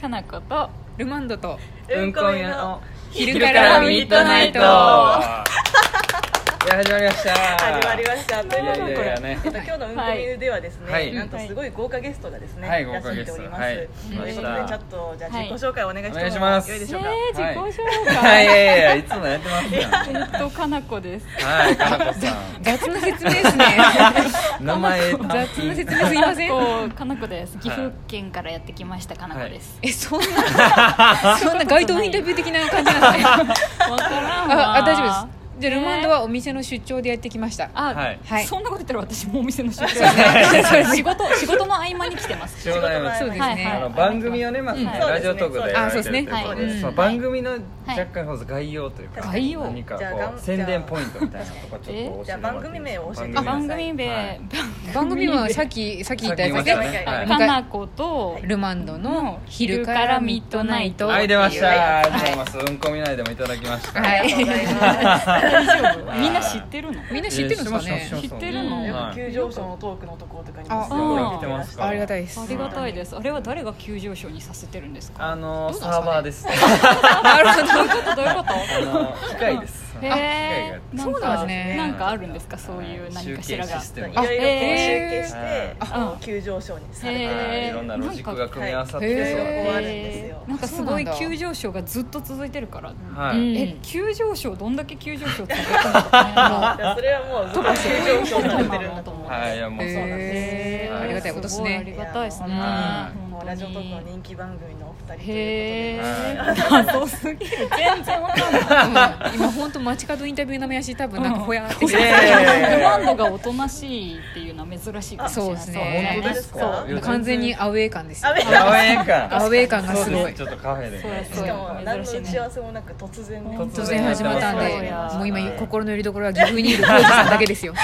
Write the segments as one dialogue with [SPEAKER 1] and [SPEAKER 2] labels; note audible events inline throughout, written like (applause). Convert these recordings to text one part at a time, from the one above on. [SPEAKER 1] かなこと
[SPEAKER 2] ルマンドと
[SPEAKER 3] うんこん屋の
[SPEAKER 1] 昼からミッドナイト
[SPEAKER 3] い (laughs) や始まりました
[SPEAKER 4] 始まりました。という
[SPEAKER 3] い
[SPEAKER 4] ことで、
[SPEAKER 3] やいやいやね
[SPEAKER 4] えっと、今日の運コミではですね、
[SPEAKER 3] はい
[SPEAKER 4] なんとすごい豪華ゲストがですね、
[SPEAKER 3] はい
[SPEAKER 4] いらっしゃっております。
[SPEAKER 3] 豪華ゲ
[SPEAKER 4] と
[SPEAKER 3] ス
[SPEAKER 1] トはい
[SPEAKER 4] いうこと
[SPEAKER 3] 来
[SPEAKER 4] で
[SPEAKER 3] まし
[SPEAKER 4] ち
[SPEAKER 3] た
[SPEAKER 4] ょっとじゃあ自己紹介お願いしても
[SPEAKER 3] はいお願いします
[SPEAKER 4] よい
[SPEAKER 1] え
[SPEAKER 4] で
[SPEAKER 1] ー、
[SPEAKER 4] し
[SPEAKER 1] 自
[SPEAKER 4] ょう
[SPEAKER 1] 己
[SPEAKER 4] か。
[SPEAKER 1] 紹
[SPEAKER 3] は
[SPEAKER 1] 介、
[SPEAKER 3] いいやいやいやいつもやってますやん
[SPEAKER 1] えっとかなこです
[SPEAKER 3] はいかなこさ
[SPEAKER 2] 雑な説明ですね
[SPEAKER 3] ん名前
[SPEAKER 2] 雑な説明
[SPEAKER 3] 単
[SPEAKER 2] すいません
[SPEAKER 1] こうかなこです岐阜県からやってきましたかなこです、
[SPEAKER 2] えそんなそんな街頭インタビュー的な感じなんですね
[SPEAKER 1] わからんわ
[SPEAKER 2] ああ大丈夫ですじゃあルマンドはお店の出張でやってきました
[SPEAKER 1] あ、
[SPEAKER 3] はい
[SPEAKER 2] はい
[SPEAKER 1] そんなこと言ったら私もうお店の仕
[SPEAKER 2] そうですね
[SPEAKER 1] 事仕事仕事の合間に来てます
[SPEAKER 3] 品ちょうどあります
[SPEAKER 2] そうですね、
[SPEAKER 1] はい
[SPEAKER 3] あ
[SPEAKER 1] はい
[SPEAKER 3] の番組をねまず
[SPEAKER 1] うん
[SPEAKER 3] ラジオトークでやられてるということ
[SPEAKER 1] あそう
[SPEAKER 3] で
[SPEAKER 1] ですねはい
[SPEAKER 3] その番組の若干こそ概要というか
[SPEAKER 1] 概要
[SPEAKER 3] 何かこ
[SPEAKER 4] じゃあがん
[SPEAKER 3] う宣伝ポイントみたいなとこちょっと教えてもらっていいですか
[SPEAKER 4] じゃあ番組名を教えてください
[SPEAKER 1] 番組名、
[SPEAKER 3] はい
[SPEAKER 2] 番組はさっきさっき言ったやつ
[SPEAKER 3] さ
[SPEAKER 2] で、
[SPEAKER 3] っき言いましたねはい
[SPEAKER 1] かなこと
[SPEAKER 2] ルマンドの昼からミッドナイト
[SPEAKER 3] はい出ました、
[SPEAKER 2] は
[SPEAKER 3] ありがとうございます、うんこ見ないでもいただきました、
[SPEAKER 2] い
[SPEAKER 4] ありがとうございます。
[SPEAKER 1] 大丈夫みんな知ってるの
[SPEAKER 2] みんな知ってるんですかね
[SPEAKER 3] ます
[SPEAKER 1] 知ってるの
[SPEAKER 3] うん
[SPEAKER 4] よく
[SPEAKER 3] はい
[SPEAKER 4] 急上昇のトークのところとかにもす
[SPEAKER 1] あ
[SPEAKER 4] ごい
[SPEAKER 1] うん
[SPEAKER 4] 来てました
[SPEAKER 3] あ
[SPEAKER 2] ありがたいです
[SPEAKER 1] ありがたいですあれは誰が急上昇にさせてるん
[SPEAKER 3] (laughs)
[SPEAKER 1] ですか
[SPEAKER 3] あの
[SPEAKER 2] どうなんですかね
[SPEAKER 3] サーバーですね
[SPEAKER 1] なるほどどういうことどういうこと
[SPEAKER 3] (laughs) あの機械です
[SPEAKER 1] へえ
[SPEAKER 3] 機械が
[SPEAKER 2] そうなんですね
[SPEAKER 1] なんかあるんですかそういう何かしら
[SPEAKER 3] 集計
[SPEAKER 1] が
[SPEAKER 3] シス
[SPEAKER 4] い
[SPEAKER 3] テ
[SPEAKER 4] ろ
[SPEAKER 3] ム
[SPEAKER 4] い
[SPEAKER 3] が
[SPEAKER 4] ろ
[SPEAKER 3] は
[SPEAKER 4] 集計し
[SPEAKER 3] へ
[SPEAKER 4] て、あの急上昇にされ
[SPEAKER 1] へ
[SPEAKER 4] て
[SPEAKER 1] ー
[SPEAKER 3] いいろんなロジックが組み合わさって
[SPEAKER 2] へ
[SPEAKER 4] る
[SPEAKER 2] ー
[SPEAKER 4] ところあるん
[SPEAKER 3] て
[SPEAKER 4] ですよ。
[SPEAKER 1] なんかすごい
[SPEAKER 2] そうなんだ
[SPEAKER 1] 急上昇がずっと続いてるから
[SPEAKER 3] はい、
[SPEAKER 2] うん
[SPEAKER 1] え急上昇どんだけ急上昇続く
[SPEAKER 2] (laughs)
[SPEAKER 1] のか
[SPEAKER 4] いやそれはもうずっと急上昇されてるんだと思う。
[SPEAKER 3] はいいやもうそうなんです、
[SPEAKER 2] へーありがたいことです
[SPEAKER 1] あり
[SPEAKER 2] ね
[SPEAKER 1] がたいですね
[SPEAKER 3] は
[SPEAKER 4] も
[SPEAKER 1] 本
[SPEAKER 4] う
[SPEAKER 1] 当
[SPEAKER 4] ラ
[SPEAKER 1] に
[SPEAKER 4] ジオトークの人気番組のお二人ということで。
[SPEAKER 1] へ
[SPEAKER 3] は
[SPEAKER 1] え謎すぎる全然わかんない
[SPEAKER 2] うん今本当街角インタビューのめやし多分なんかほや
[SPEAKER 3] (laughs)
[SPEAKER 2] ってき
[SPEAKER 3] うん
[SPEAKER 2] て、
[SPEAKER 1] ルマンドがおとなしいっていうのは珍しいかもしれない
[SPEAKER 2] そうですね
[SPEAKER 3] 本当ですか
[SPEAKER 1] そう
[SPEAKER 3] いや
[SPEAKER 2] 完全にアウェー感ですよ
[SPEAKER 4] アウェー
[SPEAKER 3] アウェー感
[SPEAKER 2] アウェー感がすごい
[SPEAKER 3] そうでちょっとカフェで
[SPEAKER 1] そうです
[SPEAKER 4] しかも何の打ち合わせもなく突然
[SPEAKER 2] 突然始まったん
[SPEAKER 1] そう
[SPEAKER 2] で
[SPEAKER 1] や
[SPEAKER 2] もう今心のよりどころは岐阜にいる浩二さんだけですよ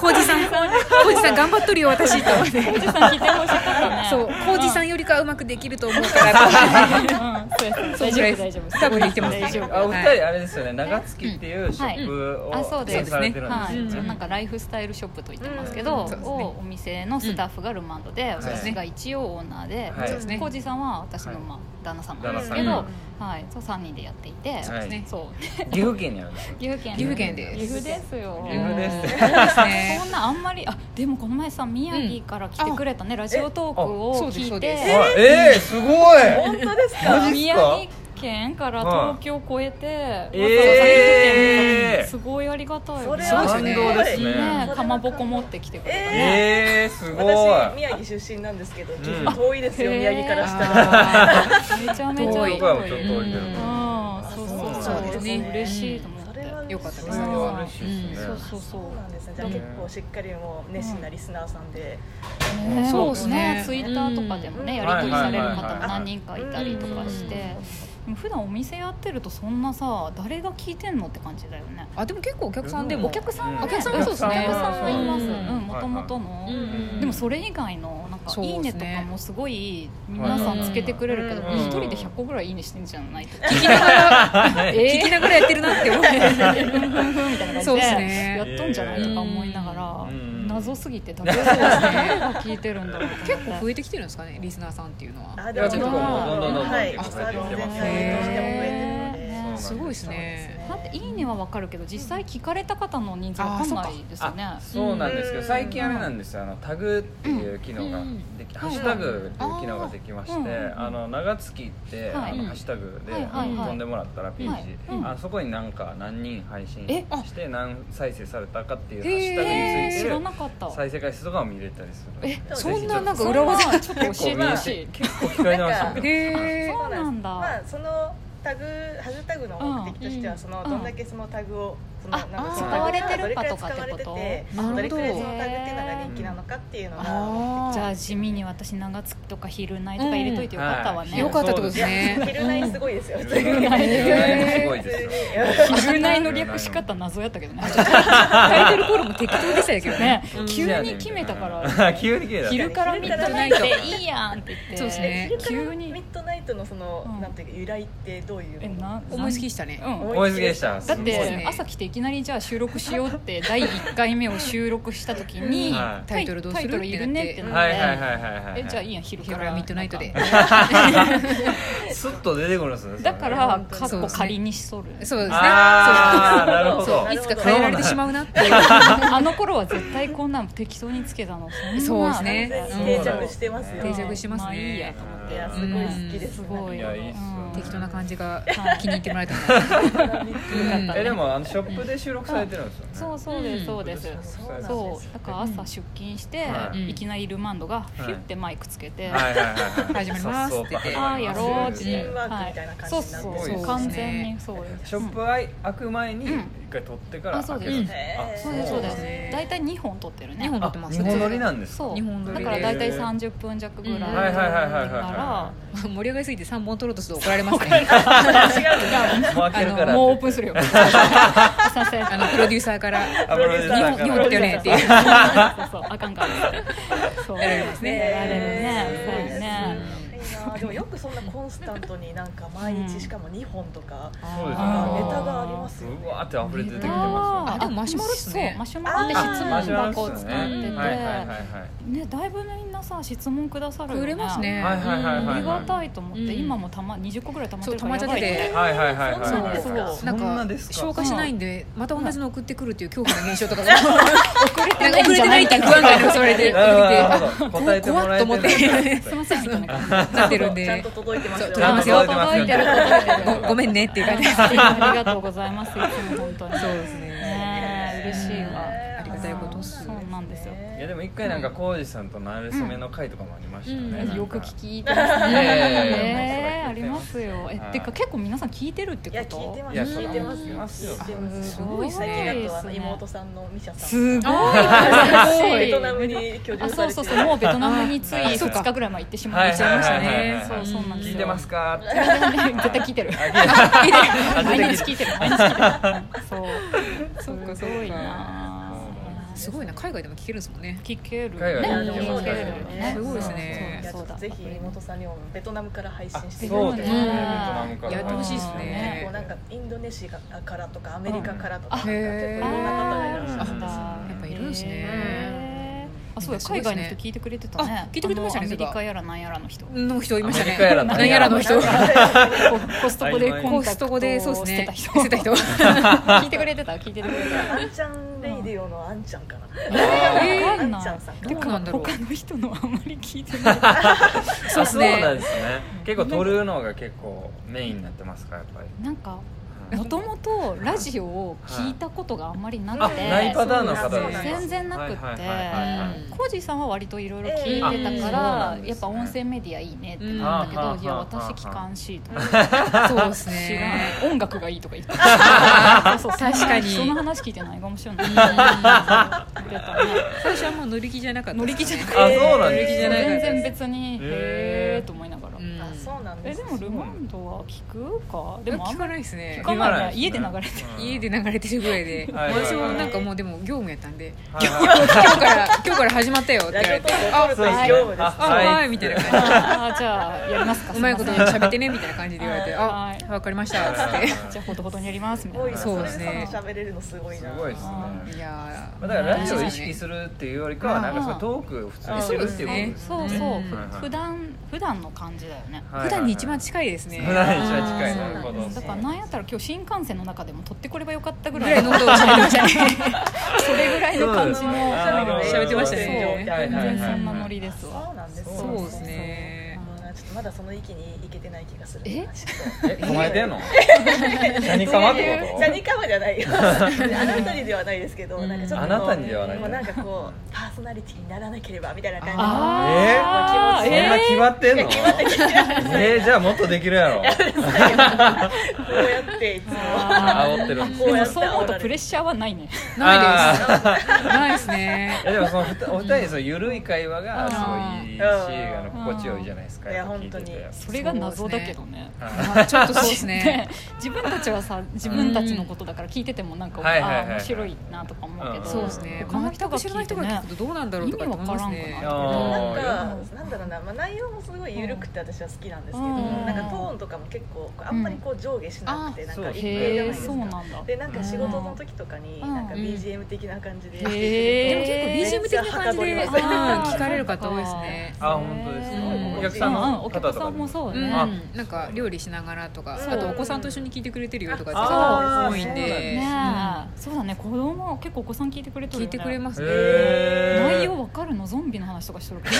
[SPEAKER 2] 浩二さん浩二さん頑張っとるよ私と思って
[SPEAKER 1] おじさん聞いてほしかったね
[SPEAKER 2] そう浩二さ
[SPEAKER 1] ん
[SPEAKER 2] んよりかはうまくできると思うから
[SPEAKER 1] そうやそうや
[SPEAKER 2] そう
[SPEAKER 1] 大丈夫大丈夫
[SPEAKER 2] 多分言ってますね
[SPEAKER 1] 大丈夫
[SPEAKER 3] あお二人あれですよね長月っていうショップ
[SPEAKER 1] あ
[SPEAKER 3] を
[SPEAKER 1] そう
[SPEAKER 3] 経
[SPEAKER 1] で
[SPEAKER 3] 営
[SPEAKER 1] す
[SPEAKER 3] されてるんで
[SPEAKER 1] は
[SPEAKER 3] す
[SPEAKER 1] い、
[SPEAKER 3] よね
[SPEAKER 1] 一応なんかライフスタイルショップと言ってますけど、
[SPEAKER 2] うんそうですね
[SPEAKER 1] をお店のスタッフがルマンドで、
[SPEAKER 3] ん
[SPEAKER 1] 私が一応オーナーで、
[SPEAKER 3] はい
[SPEAKER 2] そうですね
[SPEAKER 1] 浩二さんは私のまあ旦那さんなんですけど、
[SPEAKER 3] 旦那
[SPEAKER 1] はい、そう三人でやっていて、
[SPEAKER 3] はい
[SPEAKER 2] ですね
[SPEAKER 1] そう
[SPEAKER 3] 岐阜県にあるんですよ
[SPEAKER 1] 岐阜県
[SPEAKER 2] 岐阜県です
[SPEAKER 1] 岐阜ですよ。
[SPEAKER 3] 岐阜です
[SPEAKER 2] そうですね
[SPEAKER 1] そんなあんまりあでもこの前さ宮城から来てくれたね、ラジオトーク
[SPEAKER 2] えあそ
[SPEAKER 1] を
[SPEAKER 2] うです
[SPEAKER 1] 聞
[SPEAKER 2] そ
[SPEAKER 1] いうて、
[SPEAKER 2] です
[SPEAKER 3] あえー、すごい
[SPEAKER 4] 本当です
[SPEAKER 3] マジっす
[SPEAKER 1] 宮
[SPEAKER 3] か
[SPEAKER 1] 城県から東京を越えて、わざわざ岐阜県に来たの
[SPEAKER 3] えー
[SPEAKER 1] すごいありがたい
[SPEAKER 4] それ
[SPEAKER 2] は
[SPEAKER 3] 感動ですね
[SPEAKER 1] ねえかまぼこ持ってきてくれたね、
[SPEAKER 3] えー、すごい
[SPEAKER 4] 私宮城出身なんですけど岐阜遠いですよ
[SPEAKER 1] へー
[SPEAKER 4] 宮城からしたら
[SPEAKER 2] あ
[SPEAKER 1] めちゃめちゃ
[SPEAKER 2] 遠い
[SPEAKER 3] 僕はもう
[SPEAKER 1] 遠
[SPEAKER 3] ちょっと
[SPEAKER 1] い
[SPEAKER 3] 遠いけ
[SPEAKER 2] うん
[SPEAKER 3] ど
[SPEAKER 1] うんそうそう
[SPEAKER 2] そう
[SPEAKER 1] そ
[SPEAKER 2] で
[SPEAKER 1] う
[SPEAKER 2] すね
[SPEAKER 1] 嬉しいと思っ
[SPEAKER 4] そ
[SPEAKER 1] て
[SPEAKER 4] れは
[SPEAKER 2] よかったです
[SPEAKER 3] それは嬉しいですね、
[SPEAKER 1] そうそうそ
[SPEAKER 4] そうなん
[SPEAKER 1] う
[SPEAKER 4] ですねじゃあ結構しっかりもう熱心なリスナーさんで
[SPEAKER 1] ね
[SPEAKER 2] そうですね
[SPEAKER 1] ツイッターとかでもねや
[SPEAKER 4] うん
[SPEAKER 1] り取りされる方も何人かいたりとかしてでも普段お店やってるとそんなさ誰が聞いてんのって感じだよね
[SPEAKER 2] あでも結構お客さんでも
[SPEAKER 1] お客さんはね
[SPEAKER 2] お客さんはそうですね
[SPEAKER 1] お客さんはいます
[SPEAKER 2] うん
[SPEAKER 1] うんもともとの
[SPEAKER 2] うんうん
[SPEAKER 1] でもそれ以外のなんか「
[SPEAKER 2] そう
[SPEAKER 1] い
[SPEAKER 2] です
[SPEAKER 1] い
[SPEAKER 2] ね
[SPEAKER 1] ね」とかもすごい皆さんつけてくれるけど
[SPEAKER 4] うん
[SPEAKER 3] うん
[SPEAKER 1] 一人で100個ぐらい「いいね」してんじゃないとか
[SPEAKER 2] 聞きながら聞きながらやってるなって思う
[SPEAKER 1] みたいな
[SPEAKER 2] そ
[SPEAKER 1] 感じ
[SPEAKER 2] うです
[SPEAKER 1] で
[SPEAKER 2] ね (laughs)
[SPEAKER 1] やっとんじゃないとか思いながら
[SPEAKER 3] うん
[SPEAKER 1] 謎すぎてだけど誰が聞いてるんだろうと
[SPEAKER 2] 結
[SPEAKER 1] 思っ
[SPEAKER 2] 構
[SPEAKER 1] て
[SPEAKER 2] 増えてきてるんですかねリスナーさんっていうのは
[SPEAKER 4] あでも
[SPEAKER 3] いや
[SPEAKER 1] 結構もうどんどんどんどん
[SPEAKER 4] はい
[SPEAKER 3] 結構
[SPEAKER 4] 全
[SPEAKER 3] 入
[SPEAKER 4] 然
[SPEAKER 3] ってきてます
[SPEAKER 4] 増えてるの
[SPEAKER 1] へ
[SPEAKER 4] で
[SPEAKER 1] ー
[SPEAKER 2] すごいですね
[SPEAKER 1] だって「いいね」はわかるけど実際聞かれた方の人数わかんないですよね
[SPEAKER 3] あそうなんですけど
[SPEAKER 4] うん
[SPEAKER 3] 最近あれなんですよあのタグっていう機能ができ、
[SPEAKER 2] ん
[SPEAKER 3] ハッシュタグっていう機能ができまして、
[SPEAKER 1] はいはいうん
[SPEAKER 3] あの長月って、
[SPEAKER 1] はい
[SPEAKER 3] あのハッシュタグで、
[SPEAKER 1] はいはいはい
[SPEAKER 3] 飛んでもらったらページ、
[SPEAKER 1] はいうん
[SPEAKER 3] あそこになんか何人配信
[SPEAKER 1] えあ
[SPEAKER 3] して何再生されたかっていうハ
[SPEAKER 2] へー
[SPEAKER 3] ッシュタグ
[SPEAKER 1] え
[SPEAKER 3] につ
[SPEAKER 1] ー
[SPEAKER 3] い
[SPEAKER 1] 知
[SPEAKER 3] て
[SPEAKER 1] ら
[SPEAKER 3] る
[SPEAKER 1] なかった
[SPEAKER 3] 再生回数とかも見れたりする
[SPEAKER 1] え
[SPEAKER 3] ので
[SPEAKER 2] そんな
[SPEAKER 3] ぜひちょっと
[SPEAKER 2] なんか
[SPEAKER 1] そ
[SPEAKER 2] 裏
[SPEAKER 1] れ
[SPEAKER 2] 技
[SPEAKER 1] はちょっと教
[SPEAKER 3] 結
[SPEAKER 1] え
[SPEAKER 3] 構
[SPEAKER 1] て
[SPEAKER 3] 見
[SPEAKER 1] ほ
[SPEAKER 3] え
[SPEAKER 1] してい
[SPEAKER 3] 結構聞かれてまし
[SPEAKER 1] (laughs)
[SPEAKER 3] た
[SPEAKER 4] なん
[SPEAKER 3] け
[SPEAKER 2] へえ
[SPEAKER 1] そうなんだ
[SPEAKER 4] まあそのタグハッシュタグの目的としてはその
[SPEAKER 1] うん
[SPEAKER 4] どんだけそのタグをその
[SPEAKER 1] あ
[SPEAKER 4] なんか
[SPEAKER 2] あ
[SPEAKER 4] そのタグ
[SPEAKER 1] 使わ
[SPEAKER 4] がど
[SPEAKER 1] れてる
[SPEAKER 4] れく
[SPEAKER 1] から
[SPEAKER 4] い
[SPEAKER 1] と
[SPEAKER 4] 使
[SPEAKER 1] かって
[SPEAKER 4] われ
[SPEAKER 1] こ
[SPEAKER 4] て
[SPEAKER 1] と
[SPEAKER 4] て
[SPEAKER 2] なるほど
[SPEAKER 4] どれくらいそのタグっていうのが人気なのかっていうのが
[SPEAKER 2] あ
[SPEAKER 1] じゃあ地味に私長月とか昼内とか入れといてよかったわ
[SPEAKER 3] うん
[SPEAKER 1] ね、
[SPEAKER 3] はい
[SPEAKER 2] よかったってことで
[SPEAKER 1] (laughs)
[SPEAKER 2] す
[SPEAKER 4] 「
[SPEAKER 2] ね
[SPEAKER 4] 昼ナインすごいですよ普通
[SPEAKER 3] ど
[SPEAKER 4] に
[SPEAKER 3] 昼
[SPEAKER 1] な
[SPEAKER 3] 内
[SPEAKER 1] い
[SPEAKER 3] すごいですよ
[SPEAKER 1] 昼内の略し方謎やったけどねタイトルコールも適当でしたけどね (laughs) 急に決めたから
[SPEAKER 3] (laughs) 急に決めた
[SPEAKER 1] 昼からミッドナイトでいいやんって言って
[SPEAKER 2] そうですね
[SPEAKER 1] 急
[SPEAKER 4] 急
[SPEAKER 1] に
[SPEAKER 4] にミッドナイトのその、
[SPEAKER 1] うん
[SPEAKER 4] なんていうか由来ってどういう
[SPEAKER 1] えな
[SPEAKER 2] (laughs) 思いつきしたね
[SPEAKER 1] うん
[SPEAKER 3] 思いつきでした
[SPEAKER 1] だっ
[SPEAKER 3] すごい
[SPEAKER 2] ね
[SPEAKER 1] て朝来ていきなりじゃあ収録しようって第1回目を収録した時に
[SPEAKER 3] はい
[SPEAKER 1] タイトルどうする
[SPEAKER 2] タイトルいるねって
[SPEAKER 1] って
[SPEAKER 3] は
[SPEAKER 1] ない
[SPEAKER 3] はいはい
[SPEAKER 1] って
[SPEAKER 3] はいはい
[SPEAKER 1] えじゃあいいやん昼
[SPEAKER 2] 昼
[SPEAKER 1] か
[SPEAKER 2] かららミッドナイトで
[SPEAKER 1] なんか
[SPEAKER 3] スッと出てくるんですねそれ
[SPEAKER 1] だから
[SPEAKER 4] そう
[SPEAKER 1] かっこ仮にしとる
[SPEAKER 2] そうですね
[SPEAKER 3] ああ
[SPEAKER 2] そう
[SPEAKER 3] なるほど
[SPEAKER 2] いつか変えられてしまうなっていう
[SPEAKER 1] あの頃は絶対こんなん適当につけたのそんな
[SPEAKER 2] そうですね
[SPEAKER 4] 完全
[SPEAKER 3] うん
[SPEAKER 4] に定着してますよ
[SPEAKER 2] 定着してますね
[SPEAKER 1] まあいいやと思って
[SPEAKER 4] いやす
[SPEAKER 2] ごい好き
[SPEAKER 4] で
[SPEAKER 1] うん
[SPEAKER 4] す
[SPEAKER 1] すごい
[SPEAKER 3] いやいいっすよね
[SPEAKER 2] 適当な
[SPEAKER 1] じ
[SPEAKER 2] 感じが
[SPEAKER 1] はい
[SPEAKER 2] 気に入ってもらえたらな
[SPEAKER 1] うん
[SPEAKER 3] (laughs) えでもあのショップで収録されてるんですよね
[SPEAKER 1] そうそうですそうです
[SPEAKER 3] うん
[SPEAKER 4] そうなんですよ
[SPEAKER 1] そうだから朝出勤して
[SPEAKER 3] はい
[SPEAKER 1] いきなりルマンドがフィュってマイクつけて
[SPEAKER 3] はいはいはいはい
[SPEAKER 2] 始まりますって言って
[SPEAKER 3] 早速
[SPEAKER 1] ああやろうって
[SPEAKER 2] チ
[SPEAKER 3] 始
[SPEAKER 2] ーム
[SPEAKER 3] まりま
[SPEAKER 4] ワ
[SPEAKER 1] は
[SPEAKER 4] ークみたいな感じになって
[SPEAKER 1] そう
[SPEAKER 3] す
[SPEAKER 1] そ
[SPEAKER 3] ごいうですね
[SPEAKER 1] 完全にそうです
[SPEAKER 3] すショップあい開く前に一回撮ってから
[SPEAKER 1] あそうです
[SPEAKER 3] 開けた
[SPEAKER 4] うん
[SPEAKER 3] あ
[SPEAKER 1] そうですそうで
[SPEAKER 2] そうですね
[SPEAKER 1] す大体2本撮ってるね
[SPEAKER 2] 二本
[SPEAKER 3] あ日本撮りなんですか
[SPEAKER 1] そう
[SPEAKER 2] 日本撮り
[SPEAKER 1] だ
[SPEAKER 2] で
[SPEAKER 1] から大体30分弱ぐらいだ
[SPEAKER 2] うんはい
[SPEAKER 3] はいはいはいはい
[SPEAKER 1] か
[SPEAKER 2] 盛り上がりすぎて3本取ろうとすると怒られます
[SPEAKER 3] (laughs)
[SPEAKER 2] ね
[SPEAKER 3] もう開けるからら
[SPEAKER 1] もうオープンするよさせ
[SPEAKER 2] あのプロデューサーから
[SPEAKER 3] あプロデューサーから
[SPEAKER 2] 日本撮ってよねっていう
[SPEAKER 1] そうそうあかんからそう
[SPEAKER 2] やられますね
[SPEAKER 1] やられるねそうよね
[SPEAKER 4] いいなでもよくそんなコンスタントになんか毎
[SPEAKER 1] うん
[SPEAKER 4] 日しかも2本とか
[SPEAKER 3] そうで
[SPEAKER 4] ネ
[SPEAKER 3] すね
[SPEAKER 1] あー
[SPEAKER 4] タがありますよね
[SPEAKER 3] うわーって溢れて出てきて
[SPEAKER 1] あ
[SPEAKER 3] ま
[SPEAKER 1] ー
[SPEAKER 2] あでもマシュマロっすね
[SPEAKER 1] そうマシュマロって質
[SPEAKER 3] すよ
[SPEAKER 1] 問
[SPEAKER 3] マシュマロっ
[SPEAKER 1] 箱を
[SPEAKER 3] す
[SPEAKER 1] 使っ
[SPEAKER 3] よ
[SPEAKER 1] て
[SPEAKER 3] ね
[SPEAKER 1] て、
[SPEAKER 3] はいはいはいはい
[SPEAKER 1] ねだいぶみんなさ質問くださるよ
[SPEAKER 2] 売れますね
[SPEAKER 3] はいはいはい
[SPEAKER 1] あ
[SPEAKER 3] は
[SPEAKER 1] り
[SPEAKER 3] い
[SPEAKER 1] がたいと思って、
[SPEAKER 2] うん
[SPEAKER 1] 今もたま20個ぐらい溜まっ
[SPEAKER 2] そ
[SPEAKER 1] て
[SPEAKER 2] う
[SPEAKER 1] る
[SPEAKER 2] た
[SPEAKER 1] か
[SPEAKER 2] ま
[SPEAKER 1] ら
[SPEAKER 2] っち
[SPEAKER 1] や
[SPEAKER 2] ゃっ
[SPEAKER 1] ば
[SPEAKER 2] て
[SPEAKER 1] いよね
[SPEAKER 2] て
[SPEAKER 3] はいはいはいはい
[SPEAKER 4] そうなん
[SPEAKER 3] は
[SPEAKER 4] で
[SPEAKER 3] い
[SPEAKER 4] すか
[SPEAKER 3] そ
[SPEAKER 2] なん
[SPEAKER 3] ん
[SPEAKER 2] か
[SPEAKER 3] なですか
[SPEAKER 2] 消化しないんでまた同じの送ってくるっていう恐怖の現象とかが遅れ
[SPEAKER 1] てないんじゃない
[SPEAKER 2] ていう不安がありますそれで
[SPEAKER 3] なる
[SPEAKER 2] 遅
[SPEAKER 3] ほど答
[SPEAKER 2] れ
[SPEAKER 3] え
[SPEAKER 2] て
[SPEAKER 3] てもらえて
[SPEAKER 2] 怖っ
[SPEAKER 3] ない
[SPEAKER 2] と
[SPEAKER 1] (laughs) すいませんみたいな
[SPEAKER 2] 思ってなってるん
[SPEAKER 4] ちゃん
[SPEAKER 3] (laughs)
[SPEAKER 2] で
[SPEAKER 4] と届いてますよ
[SPEAKER 2] そうちゃんと届いてます
[SPEAKER 1] よね
[SPEAKER 2] ごごめんねっていう感じです
[SPEAKER 1] ありがとうございますいつも本当に
[SPEAKER 2] そうですね
[SPEAKER 1] ねえ嬉しいわ
[SPEAKER 4] あ
[SPEAKER 2] りがたいことっす
[SPEAKER 1] そうなんですよ、
[SPEAKER 3] いやでも一回なんか浩二さんとなれ初めの回とかもありましたよね、
[SPEAKER 2] うん
[SPEAKER 3] なんか
[SPEAKER 1] よく聞き入ってますね
[SPEAKER 3] いやいやいや
[SPEAKER 1] ねえありますよえ
[SPEAKER 3] はい
[SPEAKER 1] てか結構皆さん聞いてるって
[SPEAKER 4] いや
[SPEAKER 1] こと
[SPEAKER 4] 聞いてます
[SPEAKER 3] いや
[SPEAKER 4] 聞いてます
[SPEAKER 3] 聞いてますよ
[SPEAKER 4] 聞いてます
[SPEAKER 1] す
[SPEAKER 2] ごいですね
[SPEAKER 4] 最近だとあの
[SPEAKER 1] すごいですね
[SPEAKER 4] 妹さんのミシャさん
[SPEAKER 1] すごい
[SPEAKER 4] もう (laughs) ベトナムに居
[SPEAKER 1] あ
[SPEAKER 4] 住さ
[SPEAKER 1] そう
[SPEAKER 4] れて
[SPEAKER 1] そうそうもうベトナムについ
[SPEAKER 3] あそうか
[SPEAKER 1] 2日ぐらい前行ってしま
[SPEAKER 3] はいい
[SPEAKER 1] ま
[SPEAKER 3] は
[SPEAKER 1] し
[SPEAKER 3] い
[SPEAKER 1] た
[SPEAKER 3] はいはい
[SPEAKER 1] ね
[SPEAKER 3] はい
[SPEAKER 1] そうそうなんですよ
[SPEAKER 3] 聞いてますかって
[SPEAKER 1] 絶対聞いてる毎日聞いてる毎日聞いてるそう
[SPEAKER 2] そっか
[SPEAKER 1] すごいな
[SPEAKER 2] すごいな海外でも聞けるんですもんね
[SPEAKER 1] 聞ける
[SPEAKER 3] 海外
[SPEAKER 1] ね
[SPEAKER 3] でも
[SPEAKER 1] 聞け
[SPEAKER 3] 聞け
[SPEAKER 1] る
[SPEAKER 3] る
[SPEAKER 1] よね
[SPEAKER 2] すごいですね
[SPEAKER 4] いやち
[SPEAKER 1] そ
[SPEAKER 4] ょ
[SPEAKER 1] う
[SPEAKER 4] っ
[SPEAKER 1] だ
[SPEAKER 4] とぜひ妹さんにもベトナムから配信
[SPEAKER 3] あ
[SPEAKER 4] して
[SPEAKER 3] そうですね、
[SPEAKER 2] うん
[SPEAKER 3] ベトナムから
[SPEAKER 2] やってほしいですね
[SPEAKER 4] こうなんかインドネシアからとかアメリカからとか、
[SPEAKER 1] うんあ
[SPEAKER 4] 結構いろんな方がいらっしゃるんですよ
[SPEAKER 2] あやっぱいるんですね
[SPEAKER 1] へーあそうや
[SPEAKER 2] すごい
[SPEAKER 1] 海
[SPEAKER 2] ですね
[SPEAKER 1] 外の人聞いてくれてたね
[SPEAKER 2] あ聞いてくれてましたね
[SPEAKER 1] あのアメ
[SPEAKER 2] それ
[SPEAKER 1] リ
[SPEAKER 2] が
[SPEAKER 1] カやらなんやらの人
[SPEAKER 2] の人いました
[SPEAKER 3] アメリカやら
[SPEAKER 2] ね
[SPEAKER 3] 何
[SPEAKER 2] 何やらの人が
[SPEAKER 1] ココストコでコ
[SPEAKER 2] (laughs) コ
[SPEAKER 1] ンタ
[SPEAKER 2] ス
[SPEAKER 1] クト
[SPEAKER 2] トコでそうです
[SPEAKER 1] を捨て
[SPEAKER 2] ね
[SPEAKER 1] た人
[SPEAKER 2] 捨てた (laughs) 人
[SPEAKER 1] 聞いてくれてた聞いてくれてた
[SPEAKER 4] あんちゃんレイディオのあんちゃんかな、
[SPEAKER 1] えー
[SPEAKER 4] あんちゃんさんか
[SPEAKER 2] どうなんだろう
[SPEAKER 1] 他の人のあんまり聞いてない
[SPEAKER 2] (laughs)
[SPEAKER 3] そう
[SPEAKER 2] っすね
[SPEAKER 3] なんですね結構撮るのが結構メインになってますかやっぱり
[SPEAKER 1] なんか (laughs)
[SPEAKER 3] うん
[SPEAKER 1] もともとラジオを聞いたことがあんまりな
[SPEAKER 3] あ
[SPEAKER 1] くて、
[SPEAKER 3] ないパターンの
[SPEAKER 4] そ
[SPEAKER 3] 方
[SPEAKER 4] う
[SPEAKER 3] です
[SPEAKER 4] なん
[SPEAKER 3] ね
[SPEAKER 4] です
[SPEAKER 1] 全然なくって
[SPEAKER 3] はいはいはいはい
[SPEAKER 2] うん
[SPEAKER 1] コージーさんは割といろいろ聞いてたから、
[SPEAKER 3] えー
[SPEAKER 1] やっぱ音声メディアいいねってなったけ
[SPEAKER 3] うん
[SPEAKER 1] ど、
[SPEAKER 3] うん
[SPEAKER 1] いや私機関士とか
[SPEAKER 2] そうです
[SPEAKER 1] 知ら
[SPEAKER 2] ね
[SPEAKER 1] ない音楽がいいとか言ってそうそう
[SPEAKER 2] 確かに
[SPEAKER 1] その話聞いてないかもしれない
[SPEAKER 2] うん
[SPEAKER 1] 言ってたね
[SPEAKER 2] 最初はもう乗り気じゃなかった
[SPEAKER 1] 乗り気じゃなくて
[SPEAKER 3] あそうなん
[SPEAKER 2] えー
[SPEAKER 3] です
[SPEAKER 2] じゃない
[SPEAKER 1] 全然別に
[SPEAKER 3] へー
[SPEAKER 1] へえと思いながら、
[SPEAKER 2] うん
[SPEAKER 4] あそうなんで
[SPEAKER 1] え
[SPEAKER 4] す
[SPEAKER 1] でもルマンドは聞くかでもあんま
[SPEAKER 2] 聞かないですね
[SPEAKER 1] 聞かないね家で流れて
[SPEAKER 2] 家で流れてるぐらいで
[SPEAKER 3] はいはいはい
[SPEAKER 2] 私もなんかもうでも業務やったんで
[SPEAKER 3] はいはい
[SPEAKER 2] 今日から今日から始まったよって
[SPEAKER 4] ラ
[SPEAKER 2] 言わ
[SPEAKER 4] ジオ
[SPEAKER 2] れ
[SPEAKER 4] ト
[SPEAKER 2] て
[SPEAKER 4] ークを撮ると業務です
[SPEAKER 3] あ
[SPEAKER 2] あはいみたいな感じ
[SPEAKER 1] あーじゃあやりますか
[SPEAKER 2] うまいこと
[SPEAKER 1] すません
[SPEAKER 2] 喋ってねみたいな感じで言われて
[SPEAKER 1] は
[SPEAKER 2] あ
[SPEAKER 1] い
[SPEAKER 2] わかりましたっつっ
[SPEAKER 1] じゃあほどほどにやりますみ
[SPEAKER 4] 多
[SPEAKER 1] た
[SPEAKER 4] い
[SPEAKER 1] い
[SPEAKER 4] な
[SPEAKER 1] な
[SPEAKER 2] そうです
[SPEAKER 4] そ
[SPEAKER 2] ね
[SPEAKER 4] れでその喋れるのすごいな
[SPEAKER 3] すごいですね
[SPEAKER 1] あ
[SPEAKER 2] ていやー
[SPEAKER 3] まあだからラジオを意識するっていうよりかはなんかそういうトークを普通にしてるっていうことで
[SPEAKER 1] そ
[SPEAKER 3] す
[SPEAKER 1] うそう、
[SPEAKER 2] うん
[SPEAKER 1] ふ普段普段の感じだよね。
[SPEAKER 2] 普段に一番
[SPEAKER 3] 近い
[SPEAKER 2] 近いですね
[SPEAKER 3] 普段に一番近い
[SPEAKER 2] うん
[SPEAKER 3] なるほど
[SPEAKER 1] だからなんやったら今日新幹線の中でも取ってこればよかったぐ
[SPEAKER 2] ぐ
[SPEAKER 1] ら
[SPEAKER 2] らい
[SPEAKER 1] い
[SPEAKER 2] の
[SPEAKER 1] の
[SPEAKER 2] ことを喋ってましたね
[SPEAKER 1] それぐらいの感じの
[SPEAKER 2] 喋ってましたね
[SPEAKER 1] 全然そんなノリです
[SPEAKER 4] そ
[SPEAKER 1] わ
[SPEAKER 4] う。なんです
[SPEAKER 3] そう
[SPEAKER 2] そうですね
[SPEAKER 4] そうそうそうちょっとまだその域に行けてない気がする
[SPEAKER 1] え
[SPEAKER 4] ちょっと
[SPEAKER 3] え構えてんのャニカマってこと
[SPEAKER 4] ジャニカマじゃない
[SPEAKER 3] (laughs)
[SPEAKER 4] よあなたにではないですけど、
[SPEAKER 2] うん
[SPEAKER 4] なんかちょっと
[SPEAKER 3] あなたにではない
[SPEAKER 4] もうなんかこうパーソナリティにならなければみたいな感じの
[SPEAKER 1] あー
[SPEAKER 3] そんな決まってんのえーじゃあもっとできるやろ
[SPEAKER 4] こうやっていつも
[SPEAKER 1] あ
[SPEAKER 3] 煽ってるんです
[SPEAKER 1] ーでもそう思うとプレッシャーはないね。
[SPEAKER 2] ないです
[SPEAKER 3] あ
[SPEAKER 2] ないですね
[SPEAKER 3] ーいやでもそのふたお二人のその緩い会話がすごいいいし
[SPEAKER 4] うん
[SPEAKER 3] あの心地よいじゃないですか
[SPEAKER 4] いや本
[SPEAKER 3] 聞いてて
[SPEAKER 4] 本
[SPEAKER 1] それが謎だけどね
[SPEAKER 3] はい
[SPEAKER 2] まあちょっとそうですね
[SPEAKER 1] (laughs) 自分たちはさ自分たちのことだから聞いててもなんか、
[SPEAKER 3] はいはいはいはい
[SPEAKER 1] ああ面白いなとか思うけど、
[SPEAKER 3] うん
[SPEAKER 2] そうですね
[SPEAKER 1] 他の人が
[SPEAKER 2] 全く知
[SPEAKER 1] 聞
[SPEAKER 2] らない
[SPEAKER 1] いて
[SPEAKER 2] 人が聞
[SPEAKER 1] ね
[SPEAKER 2] くとどうなんだろう
[SPEAKER 1] 意
[SPEAKER 2] とか
[SPEAKER 1] 味
[SPEAKER 2] っ
[SPEAKER 1] わ
[SPEAKER 2] て思い
[SPEAKER 1] からん
[SPEAKER 2] ますね
[SPEAKER 1] か
[SPEAKER 3] あ
[SPEAKER 1] な
[SPEAKER 4] な
[SPEAKER 3] ー
[SPEAKER 4] んかなんだろうな、まあ、内容もすごい緩くて私は好きなんですけど、
[SPEAKER 1] うん
[SPEAKER 4] なんかトーンとかも結構あんまりこう上下しなくて、
[SPEAKER 3] うん
[SPEAKER 4] なん
[SPEAKER 3] あ
[SPEAKER 4] か
[SPEAKER 3] ー
[SPEAKER 4] 一
[SPEAKER 3] そう
[SPEAKER 4] 定じ
[SPEAKER 1] へ
[SPEAKER 4] ゃない
[SPEAKER 1] え
[SPEAKER 4] です
[SPEAKER 1] そう
[SPEAKER 4] か。
[SPEAKER 1] なんだ
[SPEAKER 4] でなんか仕事の時とかに
[SPEAKER 1] うん
[SPEAKER 4] なんか
[SPEAKER 1] うん
[SPEAKER 4] BGM 的な感じで、
[SPEAKER 1] へー
[SPEAKER 4] でも結構 BGM 的な感じで
[SPEAKER 2] うん聞かれる方多いですね
[SPEAKER 3] あ本当です
[SPEAKER 4] かお客
[SPEAKER 3] さんの
[SPEAKER 1] うお客さんもそう
[SPEAKER 2] うん
[SPEAKER 1] ね、
[SPEAKER 3] あ
[SPEAKER 2] なんか料理しながらとか
[SPEAKER 4] そう
[SPEAKER 2] あとお子さんと一緒に聞いてくれてるよとかって
[SPEAKER 3] あ
[SPEAKER 2] 方多いん
[SPEAKER 3] そうなん
[SPEAKER 2] で
[SPEAKER 1] ねえそうだね子供結構お子さん聞いてくれ
[SPEAKER 2] う
[SPEAKER 1] て
[SPEAKER 2] ん
[SPEAKER 1] るよ
[SPEAKER 2] 聞い
[SPEAKER 1] ね
[SPEAKER 2] てくれますね
[SPEAKER 3] へー
[SPEAKER 1] 内容わかるのゾンビの話とかしてるか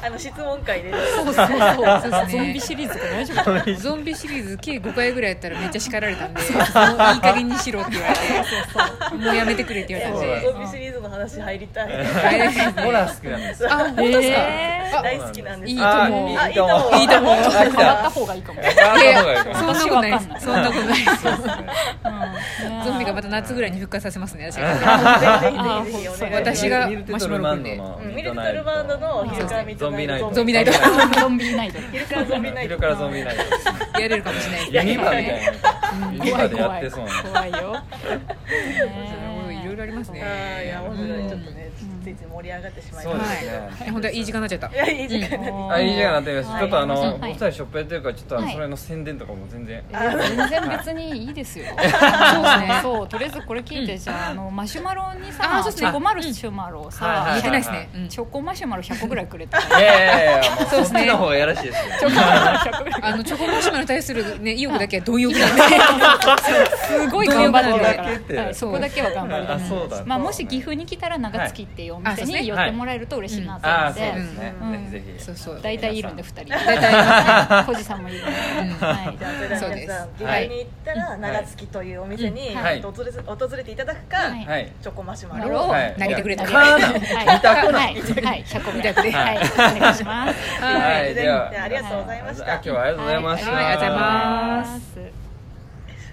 [SPEAKER 1] ら
[SPEAKER 4] あの質問会で
[SPEAKER 1] そうそうそう
[SPEAKER 2] そうですね
[SPEAKER 1] ゾンビシリーズとか大丈
[SPEAKER 3] (laughs)
[SPEAKER 1] 夫
[SPEAKER 2] ゾンビシリーズ計5回ぐらいやったらめっちゃ叱られたんでもういい加減にしろって言われてもうやめてくれって言われたん
[SPEAKER 3] そう
[SPEAKER 2] で
[SPEAKER 4] ゾンビシリーズの話入りたい
[SPEAKER 3] ホラー好きなんです
[SPEAKER 2] あ本当ですか、
[SPEAKER 1] え
[SPEAKER 2] あ
[SPEAKER 4] 大好きなんです
[SPEAKER 2] いいと
[SPEAKER 3] あ
[SPEAKER 2] も
[SPEAKER 4] あいいと
[SPEAKER 3] も
[SPEAKER 4] も
[SPEAKER 2] いいとも
[SPEAKER 3] あ
[SPEAKER 1] 変
[SPEAKER 3] 来
[SPEAKER 1] わった
[SPEAKER 3] た
[SPEAKER 1] 方がいいかも、
[SPEAKER 3] 変わ
[SPEAKER 2] い
[SPEAKER 3] った方が
[SPEAKER 2] や
[SPEAKER 3] いい
[SPEAKER 2] そんなことないですそんなことないです
[SPEAKER 3] そうですね
[SPEAKER 1] うん
[SPEAKER 2] ゾンビがまた夏ぐらいに復活させます (laughs) ね私
[SPEAKER 4] あぜひぜひぜひお願いします
[SPEAKER 2] 私が
[SPEAKER 3] ミルテトルマンドの
[SPEAKER 4] うんミ
[SPEAKER 3] ミ
[SPEAKER 4] ル
[SPEAKER 3] ル
[SPEAKER 4] テト
[SPEAKER 3] テト
[SPEAKER 4] ル
[SPEAKER 3] ル
[SPEAKER 4] バ
[SPEAKER 3] バ
[SPEAKER 4] ン
[SPEAKER 3] ン
[SPEAKER 4] ド
[SPEAKER 3] ド
[SPEAKER 4] の
[SPEAKER 3] の
[SPEAKER 4] 昼からミッ
[SPEAKER 3] ゾ
[SPEAKER 4] ド
[SPEAKER 3] ン
[SPEAKER 4] ナイ
[SPEAKER 3] ビナイ
[SPEAKER 4] ト
[SPEAKER 3] ト
[SPEAKER 2] ゾンビナイト
[SPEAKER 1] ゾンビいないで
[SPEAKER 4] 昼
[SPEAKER 3] (laughs)
[SPEAKER 4] からゾンビナイト
[SPEAKER 3] 昼からゾンビナイト
[SPEAKER 2] やれるかもしれない
[SPEAKER 3] ユ
[SPEAKER 2] です
[SPEAKER 3] ニ
[SPEAKER 2] ね
[SPEAKER 3] バみたいなユニ
[SPEAKER 1] 怖
[SPEAKER 3] バ
[SPEAKER 1] い
[SPEAKER 3] でや
[SPEAKER 1] 怖
[SPEAKER 3] っ
[SPEAKER 1] い
[SPEAKER 3] てそうな
[SPEAKER 1] 怖いよ
[SPEAKER 2] いろいろありますね
[SPEAKER 4] あーいや面白いちょっとね
[SPEAKER 1] うん
[SPEAKER 4] ついつい盛り上がってしまい
[SPEAKER 3] そう
[SPEAKER 4] ま
[SPEAKER 3] で
[SPEAKER 4] し
[SPEAKER 3] すね
[SPEAKER 2] はい本当はいい時間になっちゃった
[SPEAKER 4] たいやいい時間だね
[SPEAKER 3] あいいじゃんなってみま
[SPEAKER 1] はい
[SPEAKER 3] すちょっとあのお
[SPEAKER 1] はい
[SPEAKER 3] 二人ショップやってるからちょっとあの
[SPEAKER 1] はい
[SPEAKER 3] それの宣伝とかも全然
[SPEAKER 1] えー全然別にいいですよ。そう
[SPEAKER 2] ね
[SPEAKER 1] そうとりあえずこれ聞いてじゃああのマシュマロに
[SPEAKER 2] あ
[SPEAKER 1] さ
[SPEAKER 2] そうです
[SPEAKER 1] チ
[SPEAKER 2] ね
[SPEAKER 1] ョコマルシュマロを
[SPEAKER 3] はいはい
[SPEAKER 1] さ
[SPEAKER 3] は
[SPEAKER 2] 言
[SPEAKER 3] い
[SPEAKER 2] えてないですね、うん
[SPEAKER 1] チョコマシュマロ100個ぐらいくれたか
[SPEAKER 3] いやいやいやも
[SPEAKER 2] そ
[SPEAKER 3] う
[SPEAKER 2] う
[SPEAKER 3] そ
[SPEAKER 2] で
[SPEAKER 3] っ
[SPEAKER 2] すね
[SPEAKER 3] ちの方がやらしいですね
[SPEAKER 1] ら。100ぐらい
[SPEAKER 2] あのチョコマシュマロに対する、ね、意欲だけは貪欲なんで (laughs)
[SPEAKER 1] すごい頑張って
[SPEAKER 3] どういう
[SPEAKER 1] る
[SPEAKER 3] こ
[SPEAKER 1] か
[SPEAKER 3] と
[SPEAKER 1] ら、はい、そこだけは頑張り
[SPEAKER 3] あ
[SPEAKER 1] ます。
[SPEAKER 3] そうだ
[SPEAKER 1] まあもし岐阜に来たら長月っていうお店に寄ってもらえると嬉しいなと
[SPEAKER 3] あ
[SPEAKER 1] 思
[SPEAKER 3] あ
[SPEAKER 1] っ
[SPEAKER 3] そ
[SPEAKER 1] て
[SPEAKER 3] う。ですね
[SPEAKER 1] うん
[SPEAKER 3] ぜひ
[SPEAKER 2] そ
[SPEAKER 3] ぜ
[SPEAKER 2] う
[SPEAKER 3] ひ
[SPEAKER 2] そう
[SPEAKER 1] 大体いるんで
[SPEAKER 3] 皆
[SPEAKER 1] 2
[SPEAKER 3] さ
[SPEAKER 1] 人
[SPEAKER 2] 大体います
[SPEAKER 1] はい小路さんもいるので、
[SPEAKER 2] ん
[SPEAKER 1] はい
[SPEAKER 4] じゃあそれでは皆さ
[SPEAKER 2] そ
[SPEAKER 4] ん
[SPEAKER 2] う
[SPEAKER 3] です
[SPEAKER 4] 岐阜に行ったら長月というお店に
[SPEAKER 3] はい
[SPEAKER 4] 訪れ訪れていただく
[SPEAKER 1] は
[SPEAKER 4] か
[SPEAKER 1] い
[SPEAKER 3] はい
[SPEAKER 4] チョコマシュマ
[SPEAKER 1] マ
[SPEAKER 4] ロ
[SPEAKER 1] ロを
[SPEAKER 4] を
[SPEAKER 3] はい
[SPEAKER 2] 投げてくれた
[SPEAKER 1] 投げて
[SPEAKER 3] カーナ
[SPEAKER 1] はい、
[SPEAKER 3] 見たくな
[SPEAKER 1] はいい、はい、100個ぐらい
[SPEAKER 2] 見たくね
[SPEAKER 1] はい、お願いします。
[SPEAKER 2] はい
[SPEAKER 3] はいでは
[SPEAKER 4] ありがとうございました
[SPEAKER 3] あ今日はありがとうございまし
[SPEAKER 2] はい
[SPEAKER 3] た
[SPEAKER 2] はいありがとうございます
[SPEAKER 1] す。